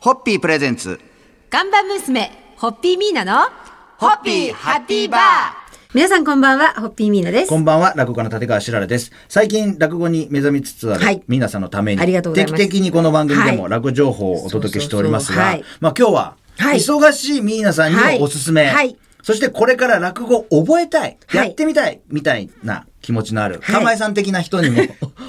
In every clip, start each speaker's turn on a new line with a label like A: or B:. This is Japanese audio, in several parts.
A: ホッピープレゼンツ。
B: ガンバ娘、ホッピーミーナの、
A: ホッピーハッピーバー
B: 皆さんこんばんは、ホッピーミーナです。
A: こんばんは、落語家の立川しららです。最近、落語に目覚めつつある、
B: はい
A: 皆さんのために、
B: ありがとうございます
A: 定期的にこの番組で
B: は
A: も
B: い
A: 落語情報をお届けしておりますが、
B: そうそうそうはい
A: まあ今日は、
B: はい
A: 忙しいミーナさんに
B: はい
A: もおすすめ、
B: はい
A: そしてこれから落語を覚えたい、
B: はい
A: やってみたい、みたいな気持ちのある、
B: はい
A: かまえさん的な人に も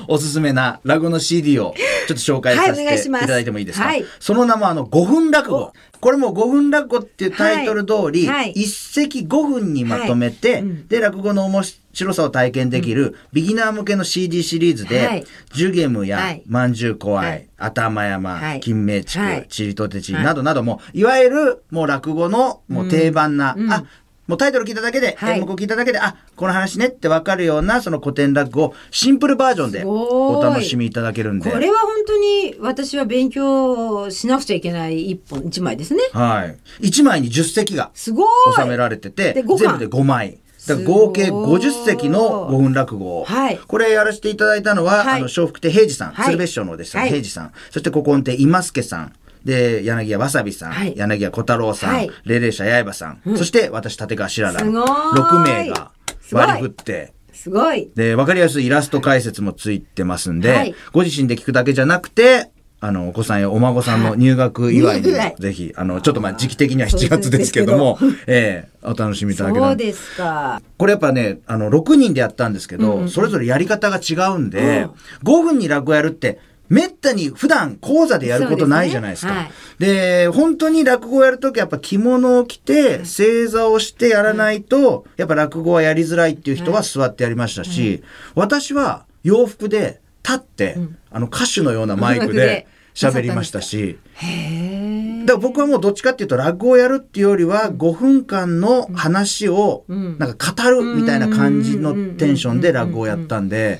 A: おすすめな落語の CD をちょっと紹介
B: はい
A: させ
B: お願い
A: て
B: し
A: い
B: ます
A: ただいてもいいですか、
B: はい
A: その名もあの5分落語。これも5分落語っていうタイトル通り、
B: はいはい
A: 一席5分にまとめて、
B: はいうん
A: で、落語の面白さを体験できる、ビギナー向けの CD シリーズで、
B: はい
A: ジュゲムや、
B: はい
A: まんじゅう怖い、
B: はい
A: 頭山、
B: はい
A: 金明地区、
B: はい
A: ちりとてち、
B: はい
A: などなども、いわゆるもう落語のもう定番な、
B: うんう
A: あ
B: ん、
A: もうタイトル聞いただけで、
B: はい
A: 演目を聞いただけで、あ、この話ねってわかるような、その古典落語をシンプルバージョンです
B: ごーい
A: お楽しみいただけるんで。
B: これは本当に私は勉強しなくちゃいけない一本、一枚ですね。
A: はい。1枚に10席が
B: すごい
A: 収められてて、
B: で
A: 全
B: ご
A: 部
B: 飯
A: で5枚。だから
B: すごい
A: 合計50席の5分落語を、
B: はい
A: これやらせていただいたのは、
B: はい
A: あの笑福亭平次さん、
B: はい
A: 鶴瓶師匠のお弟子さん、
B: はい
A: 平次さんそして古今亭今助さんで柳家わさびさん、
B: はい
A: 柳家小太郎さん、
B: はい
A: 霊々舎八重歯さん、そして私立川しらら
B: すごい
A: 6名が割り振って
B: すごい。
A: で、わかりやすいイラスト解説もついてますんで、
B: はい
A: ご自身で聞くだけじゃなくて、あの、お子さんやお孫さんの入学祝 いにも
B: はい
A: ぜひ、あの、ちょっとまあ時期的には
B: そう
A: 7月ですけども
B: そうで、
A: ええお楽しみいただけた
B: そう
A: ら。
B: ですか。
A: これやっぱね、あの、6人でやったんですけど、それぞれやり方が違うんで、5分に落語やるって、めったに普段講座でやることないじゃないですか。で本当に落語やるときはやっぱ着物を着て、正座をしてやらないと、やっぱ落語はやりづらいっていう人は座ってやりましたし、私は洋服で立って、あの歌手のようなマイク で喋りましたし、
B: へえ。
A: だから僕はもうどっちかっていうと落語をやるっていうよりは5分間の話を
B: ん
A: なんか語るみたいな感じのテンションで落語をやったんで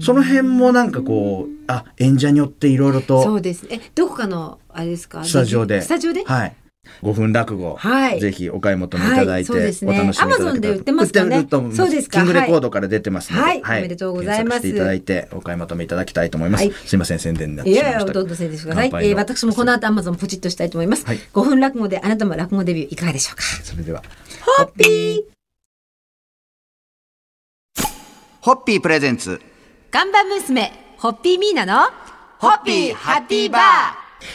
A: その辺もなんかこうあ演者によっていろいろ
B: そ
A: と
B: うですね。え、どこかの、あれですか
A: スタジオで
B: スタジオで
A: はい、5分落語、
B: はい
A: ぜひお買い求めいただいて、
B: はいそうですね
A: お楽しみいただけたら
B: Amazon で売ってますかね
A: 売ってると思います
B: そうですか
A: キングレコードから出てますので、
B: はいおめでとうございます
A: 検索していただいてお買い求めいただきたいと思います、
B: はい
A: すいません宣伝になって
B: い
A: しまい
B: やい
A: ま
B: や、
A: した
B: どんどん宣伝してください。え
A: 乾杯の
B: ー私もこの後アマゾンポチッとしたいと思います。
A: はい
B: 5分落語であなたも落語デビューいかがでしょうか。
A: それでは
B: ホッピー
A: ホッピープレゼンツ
B: ガンバ娘、ホッピーミーナの、
A: ホッピーハッピーバー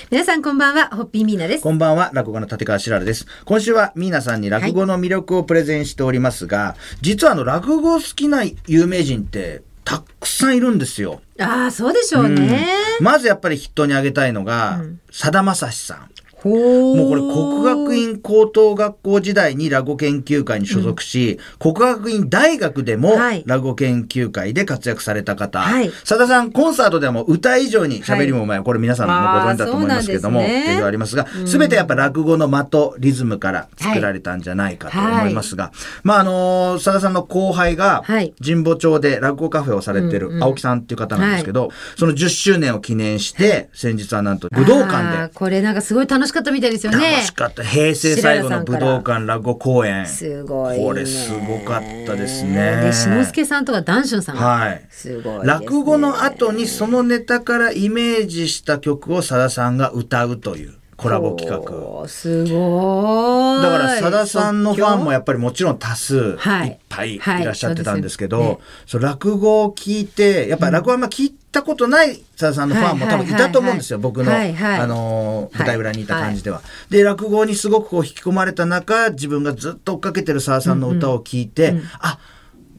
B: 皆さんこんばんは、ホッピーミーナです。
A: こんばんは、落語の立川しららです。今週は、ミーナさんに落語の魅力をプレゼンしておりますが、実はあの、落語好きな有名人って、たくさんいるんですよ。
B: ああ、そうでしょうね。
A: まずやっぱり筆頭に挙げたいのが、さだまさしさん。
B: ほ
A: もうこれ国学院高等学校時代に落語研究会に所属し、国学院大学でも
B: はい
A: 落語研究会で活躍された方、
B: はい
A: 佐田さんコンサートではもう歌以上に喋りもうまい、これ皆さんもご存知だと思いますけども
B: あーそうなんですね
A: っていうのがありますが、すべてやっぱ落語の的リズムから作られたんじゃないかと思いますが、まああのー佐田さんの後輩が
B: はい
A: 神保町で落語カフェをされて
B: うんう
A: る
B: ん
A: 青木さんっていう方なんですけど、その10周年を記念して先日はなんと武道館で
B: あーこれなんかすごい楽しかったみたいですよね。
A: 楽しかった。平成最後の武道館落語公演。
B: すごい、ね。
A: これすごかったです
B: で、
A: ね。
B: しのすけさんとかダンションさん。
A: はい。
B: すごいですね
A: 落語の後にそのネタからイメージした曲をさださんが歌うというコラボ企画。
B: おー。すごい。
A: だからさださんのファンもやっぱりもちろん多数
B: はい
A: いっぱいい
B: はい
A: らっしゃってたんですけど、
B: そうです
A: そう落語を聞いてやっぱり落語あんま聞いたことないさださんのファンも多分いたと思うんですよ、
B: はいはい
A: 僕の、
B: はいはい
A: あのー
B: はい
A: 舞台裏にいた感じでは。で落語にすごくこう引き込まれた中自分がずっと追っかけてるさださんの歌を聞いて、あ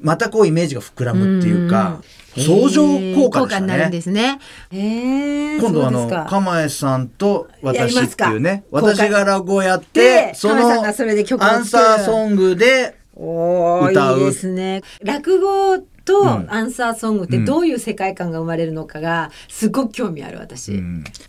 A: またこうイメージが膨らむっていうか、相乗効果でした
B: になるん
A: ね
B: で。すね。えー、
A: 今度はあ
B: そう
A: の
B: ですか
A: 釜江さんと
B: やり
A: 私
B: ま
A: っ
B: す
A: て
B: か
A: いうね
B: 公開
A: 私が落語をやっ
B: で
A: てそ
B: 釜
A: の
B: 江さんがそれで曲を作る
A: アンサーソングで
B: おー
A: 歌う
B: いいですね落語とアンサーソングってどういう世界観が生まれるのかがすごく興味ある私、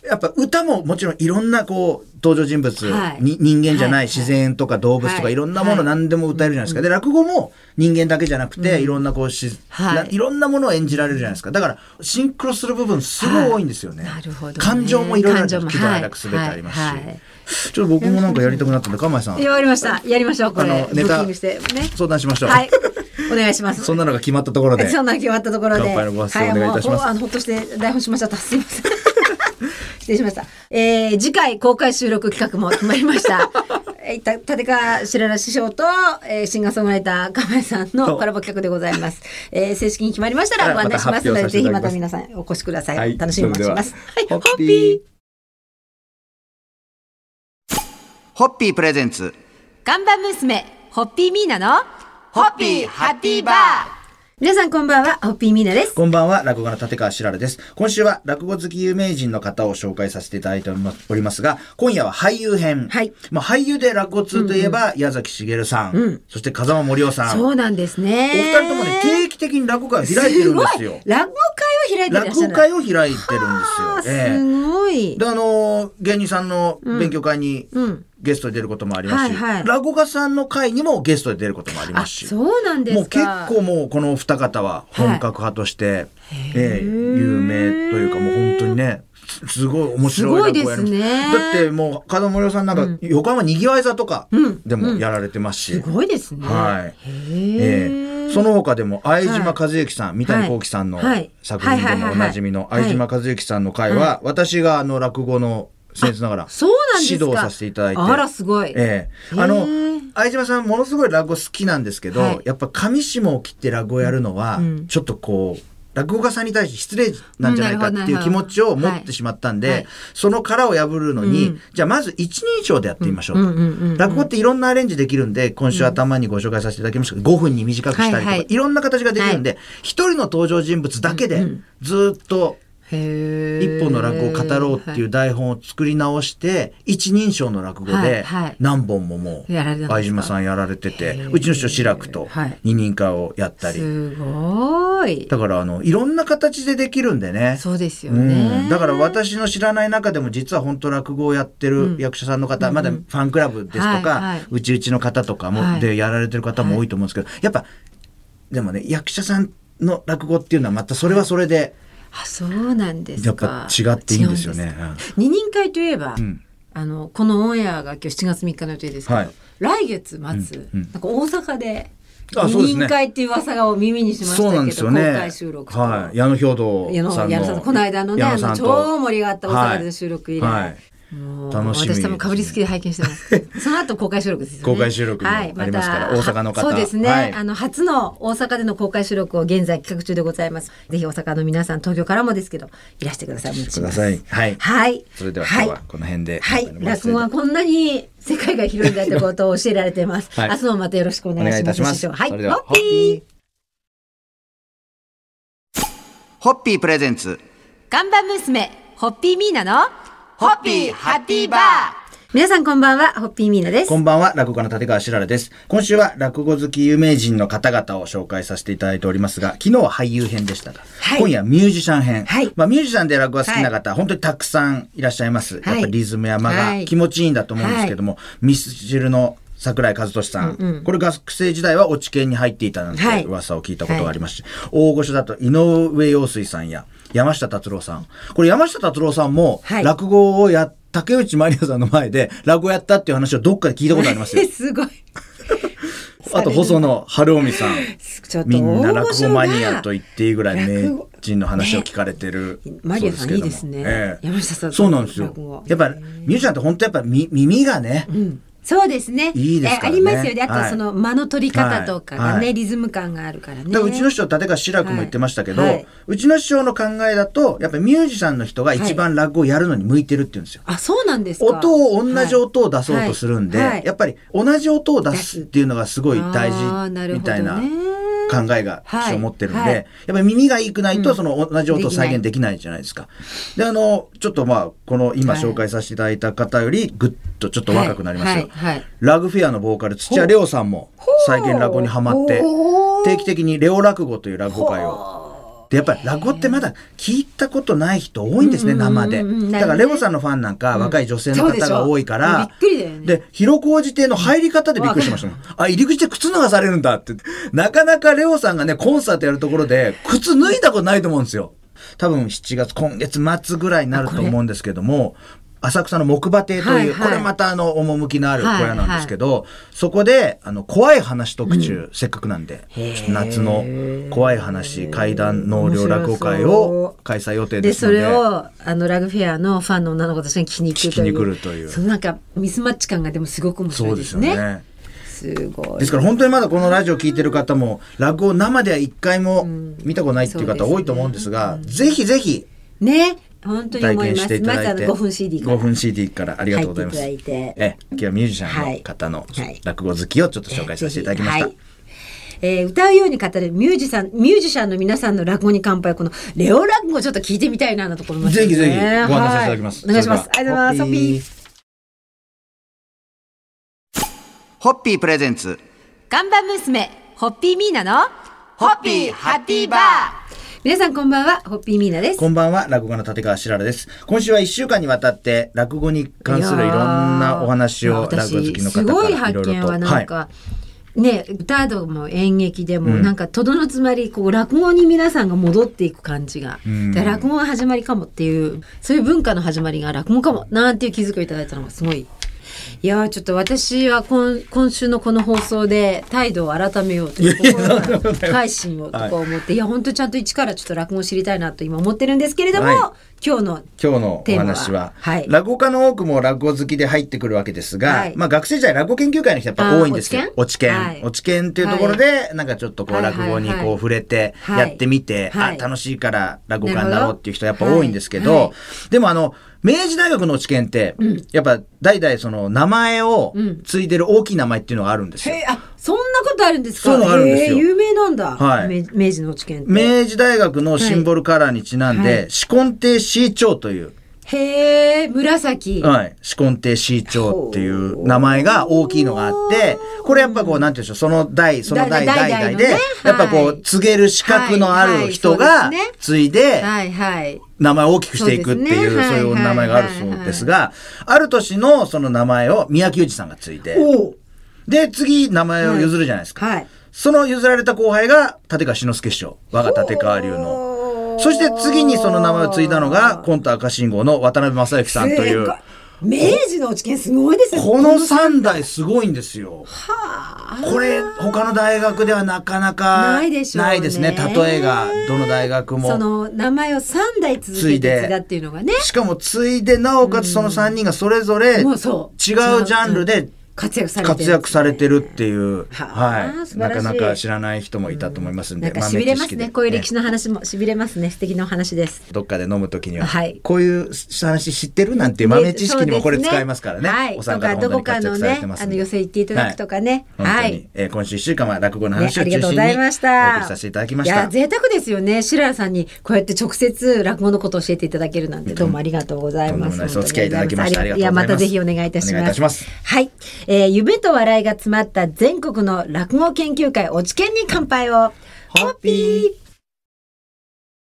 A: やっぱ歌ももちろんいろんなこう登場人物、
B: はい
A: に人間じゃない、
B: はい
A: 自然とか動物と
B: は
A: か
B: い
A: いろんなもの
B: はい
A: 何でも歌えるじゃないですか、で落語も人間だけじゃなくて、いろんなこうし、
B: はい
A: ないろんなものを演じられるじゃないですかだからシンクロする部分すごい多いんですよね,、
B: なるほどね
A: 感情もいろいろある喜
B: 感情も
A: 怒哀楽すべてありますし、
B: はいはい
A: ちょっと僕もなんかやりたくなったんで釜井さん
B: いやわかりましたやりましょうこれ
A: あの
B: ブ
A: ネ
B: ッ
A: タ
B: キングしてね
A: 相談しましょう、
B: はいお願いします
A: そんなのが決まったところで
B: そんな決まったところで
A: 乾杯のご発声をお願いいたします
B: はいもうほあのほっとして台本しまっちゃったすいません 失礼しました。えー、次回公開収録企画も決まりました。 えー、た立川白良師匠と、えー、シンガーソングライター亀井さんのコラボ企画でございます。えー、正式に決まりましたらご案内しますので、ぜひまた皆さんお越しください。はい、楽しみにしてます。はい、ホッピ
A: ー。ホッピープレゼンツ。
B: ガンバ娘、ホッピーミーナの、
C: ホッピーハッピーバー。
B: 皆さんこんばんは、ホッピーミーナです。
A: こんばんは、落語の立川しらるです。今週は落語好き有名人の方を紹介させていただいておりますが、今夜は俳優編。
B: はい。
A: まあ俳優で落語通といえば、矢崎茂さん,うんうん、そして風間森夫さ
B: ん。そうなんですね。
A: お二人ともね、定期的に落語会を開いてるんですよ。す
B: 落語会を開いてる
A: 落語会を開いてるんですよ。
B: えー、すごい。
A: で、あの、芸人さんの勉強会に、うん、うんゲストで出ることもありますし、はいはい、落語家さんの会にもゲストで出ることもありますし、
B: そうなんです
A: もう結構もうこの二方は本格派として、はい、えー、有名というかもう本当にね、すごい面白い
B: 落語やりますね。
A: だってもう風森さんなんか横浜にぎわい座とかでもやられてますし、うん
B: うんうん、すごいですね。
A: はい。えー、その他でも相島和之さん、はい、三谷幸喜さんの作品でもおなじみの相島和之さんの会は、私があの落語の僭越ながら指導させていただいて
B: あらすごい、
A: ええー、あの相島さんものすごい落語好きなんですけど、はい、やっぱ上下を切って落語やるのは、うん、ちょっとこう落語家さんに対して失礼なんじゃないかっていう気持ちを持ってしまったんで、はいはい、その殻を破るのに、うん、じゃあまず一人称でやってみましょうと、うんうんうんうん、落語っていろんなアレンジできるんで、今週頭にご紹介させていただきましたけど、5分に短くしたりとか、はいはい、いろんな形ができるんで、一、人の登場人物だけでずっと、一本の落語を語ろうっていう台本を作り直して、はい、一人称の落語で何本ももう相島さんやられててうちの師匠志らくと二人会をやったり、はい、
B: すごい
A: だからあのいろんな形でできるんでね
B: そうですよね、
A: うん、だから私の知らない中でも実は本当落語をやってる役者さんの方、うん、まだファンクラブですとか、うんはいはい、うちうちの方とかもでやられてる方も多いと思うんですけど、やっぱでもね役者さんの落語っていうのはまたそれはそれで、
B: あそうなんです
A: やっぱ違っていいんですよね。
B: 二、うん、人会といえば、うん、あのこのオンエアが今日7月3日の予定ですけど、はい、来月末、うんうん、なんか大阪で。二人会っていう噂を耳にしましたけど、ね、公開収録
A: はい、矢野兵道
B: さんのこの間のねあの超盛りがあった大阪での収録以来、はいはい
A: 楽しみ、ね、
B: 私多分かぶりつきで拝見してます。 その後公開収録ですよね。
A: 公開収録はい、また大阪の方。
B: そうですね、はい、あの初の大阪での公開収録を現在企画中でございます。ぜひ大阪の皆さん東京からもですけどいらしてください。
A: ください。はい。
B: はい。
A: それでは今日はこの辺で。
B: はい。はい、落語はこんなに世界が広いんだということを教えられています。はい、明日もまたよろしくお願いします。いいますはい。
A: ホッピー。ホッピープレゼンツ。
B: 看板娘ホッピーミーナの。
C: ホッピーハッピーバー
B: 皆さんこんばんは、ホッピーミーナです。
A: こんばんは、落語家の立川しららです。今週は落語好き有名人の方々を紹介させていただいておりますが、昨日は俳優編でしたが、はい、今夜はミュージシャン編。
B: はい、
A: まあミュージシャンで落語が好きな方、はい、本当にたくさんいらっしゃいます。やっぱリズムや間が気持ちいいんだと思うんですけども、ミスチルの桜井和俊さん、うんうん、これ学生時代は落研に入っていたなんて噂を聞いたことがありまして、はい、大御所だと井上陽水さんや山下達郎さんこれ山下達郎さんも落語をや、はい、竹内まりやさんの前で落語やったっていう話をどっかで聞いたことあり ますよ。
B: すごい
A: あと細野晴臣 さんみんな落語マニアと言っていいぐらい名人の話を聞かれてる、
B: ね、マリアさんいいですね、ええ、山下さん
A: そうなんですよやっぱミュージシャンって本当やっぱ耳がね、
B: うんそうですね。
A: いいすね
B: ありますよね。あとその間の取り方とかがね、はいはい、リズム感があるからね。ら
A: うちの師匠、立川志らくも言ってましたけど、はい、うちの師匠の考えだと、やっぱりミュージシャンの人が一番落語をやるのに向いてるって言うんですよ。
B: あ、そうなんです
A: 音を同じ音を出そうとするんで、やっぱり同じ音を出すっていうのがすごい大事みたいな。考えが師匠持ってるんで、はいはい、やっぱり耳が良くないと、その同じ音を再現できないじゃないですか。うん、であの、ちょっとまあ、この今紹介させていただいた方より、ぐっとちょっと若くなりますよ。はい、ラグフェアのボーカル、土屋レオさんも再現落語にはまって、定期的にレオ落語という落語会を。でやっぱり落語ってまだ聞いたことない人多いんですね、生で。だからレゴさんのファンなんか、若い女性の方が多いから、で、広小路亭の入り方でびっくりしましたもん。あ、入り口で靴脱がされるんだって。なかなかレオさんがね、コンサートやるところで、靴脱いだことないと思うんですよ。多分7月、今月末ぐらいになると思うんですけども、浅草の木馬亭という、
B: はいは
A: こ
B: い
A: れまたあの、趣のある小屋なんですけど、そこで、あの、怖い話特集、せっかくなんで、ちょっと夏の怖い話、怪談、納涼落語会を開催予定
B: で
A: です
B: そ
A: ので。
B: れをあのラグフェアのファンの女の子たちに気に来るという
A: 聞きに来るという
B: そのなんかミスマッチ感がでもすごく面
A: そ
B: 白
A: う
B: いで
A: です
B: す
A: よ
B: ね
A: ね。
B: すごい
A: ですから本当にまだこのラジオ聞いてる方も落語生では一回も見たことないっていう方多いと思うんですが、ぜひぜひ
B: ね本当に
A: 体
B: 思い
A: 験
B: ま
A: して
B: す
A: いた
B: ま
A: だ
B: ずあ
A: い
B: の
A: て
B: 5分 CD から
A: 5分 CD からありがとうございます
B: 入っていただいて
A: ええ今日はミュージシャンの方の
B: はい
A: 落語好きをちょっと紹介させていただきました、
B: はいえー歌うように語るミュージシャン、ミュージシャンの皆さんの落語に乾杯。このレオ落語ちょっと聞いてみたいなところまで、
A: ぜひぜひご案内させていただきます、
B: はいお願いします。あ
A: それ
B: り
A: で
B: が
A: は
B: とうございます。ホッピー。
C: ホッピープレゼンツ
B: 看板娘、ホッピーミーナの、
C: ホッピーハティバー
B: 皆さんこんばんは、ホッピーミーナです。
A: こんばんは、落語家の立川しららです。今週は1週間にわたって、落語に関するいろんなお話
B: いや
A: を、
B: ー
A: 落語好きの
B: 私す
A: 方
B: ご
A: か
B: い
A: らい
B: 発
A: ろいろ
B: 見
A: と。
B: はなんか、
A: は
B: ね歌でも演劇でも、なんかとどのつまりこう落語に皆さんが戻っていく感じが、
A: ん
B: で落語が始まりかもっていうそういう文化の始まりが落語かもなんていう気づきをいただいたのがすごい。いやーちょっと私は今今週のこの放送で態度を改めようという心から改心をとか思っていや本当ちゃんと一からちょっと落語を知りたいなと今思ってるんですけれども、
A: はい
B: 今日の
A: 今日のお話は
B: テーマは、はい
A: 落語家の多くも落語好きで入ってくるわけですが、
B: はい
A: まあ学生時代落語研究会の人やっぱ多いんですよ
B: あー。
A: 落ち
B: は
A: 研
B: い。
A: 落ち研っていうところで、なんかちょっとこう
B: はいはい
A: 落
B: はい
A: 語にこう触れて、
B: はい
A: やってみて、
B: は
A: あ、
B: い
A: 楽しいから落語家になろうっていう人やっぱ多いんですけ
B: なるほ
A: ど
B: どは、
A: でもあの、明治大学の落研って、やっぱ代々その名前を
B: うん
A: 継いでる大きい名前っていうのがあるんですよ。
B: えあそんなことあるんです
A: そ
B: か
A: ういうのがあるんですよ
B: えー有名なんだ、
A: はい
B: め明治の知見って
A: 明治大学のシンボルカラーにちなん
B: はいは
A: で、紫紺亭 C 長という、
B: へえ紫、
A: はい、紫紺亭 C 長っていう名前が大きいのがあって、これやっぱこう、なんていうんでしょう、その代、その代、
B: 代々代々
A: 代々
B: の
A: で、
B: ね
A: やっぱこ
B: は
A: う、
B: い
A: 告げる資格のある人
B: はいは
A: が
B: いそうですね、
A: 継いで、
B: はいはい
A: 名前を大きくしていくっていう、
B: そうです
A: そう,、
B: ね
A: いう名前があるそうですが、ある年のその名前を宮城氏さんが継いで、
B: お
A: で、次名前を譲るじゃないですか。
B: はい
A: その譲られた後輩が、立川志の輔師匠、我が立川流の。そして次にその名前を継いだのが、コント赤信号の渡辺正行さんという。
B: 明治の知見すごいですね
A: この3代すごいんですよ。
B: はあ
A: これ、他の大学ではなかなか、
B: ないでしょうね
A: ないですね。例えが、どの大学
B: そ
A: も。
B: の名前を三代続
A: 継い
B: け
A: で
B: て継いだっていうのがね
A: しかも、継いで、なおかつその3人がそれぞれ、違
B: も
A: う
B: う
A: ジ
B: そう
A: ャンルで
B: 活躍されてるんで
A: 活躍されてる
B: すね
A: っていう、
B: はあ
A: は
B: 素
A: い。
B: 晴ら
A: なか
B: しい
A: なか知らない人もいたと思いますんで。
B: なんかしびれま
A: 豆知
B: す
A: 識で
B: ねこういう歴史の話もしびれますね素敵なお話です
A: どっかで飲むときには、
B: はい
A: こういう話知ってるなんていう豆知識にもこれ使えますからね。
B: はい、
A: お
B: と
A: 三方
B: か
A: 本
B: ど
A: 当
B: こ
A: に
B: か
A: 活
B: の
A: 躍され
B: ね
A: てま、す
B: あ
A: ん
B: の
A: で
B: 寄せ行っていただくとかね。
A: はい本当
B: は
A: に、
B: い。
A: えー今週1週間は落語の
B: ね
A: 話
B: あ
A: を中
B: りがとう
A: 心
B: ご
A: に
B: ざいました。
A: お送りさせていただきまし
B: い
A: た。
B: や、贅沢ですよね。白良さんにこうやって直接落語のことを教えていただけるなんて、どうもありがとうござい
A: とんで
B: ま
A: も
B: す。
A: ないですお付き合いいただきましてありがとうございます
B: や、またぜひお願いいたし
A: お願いい
B: ま
A: た
B: す。
A: します
B: はい、えー夢と笑いが詰まった全国の落語研究会、お知見に乾杯を。
A: ホッピー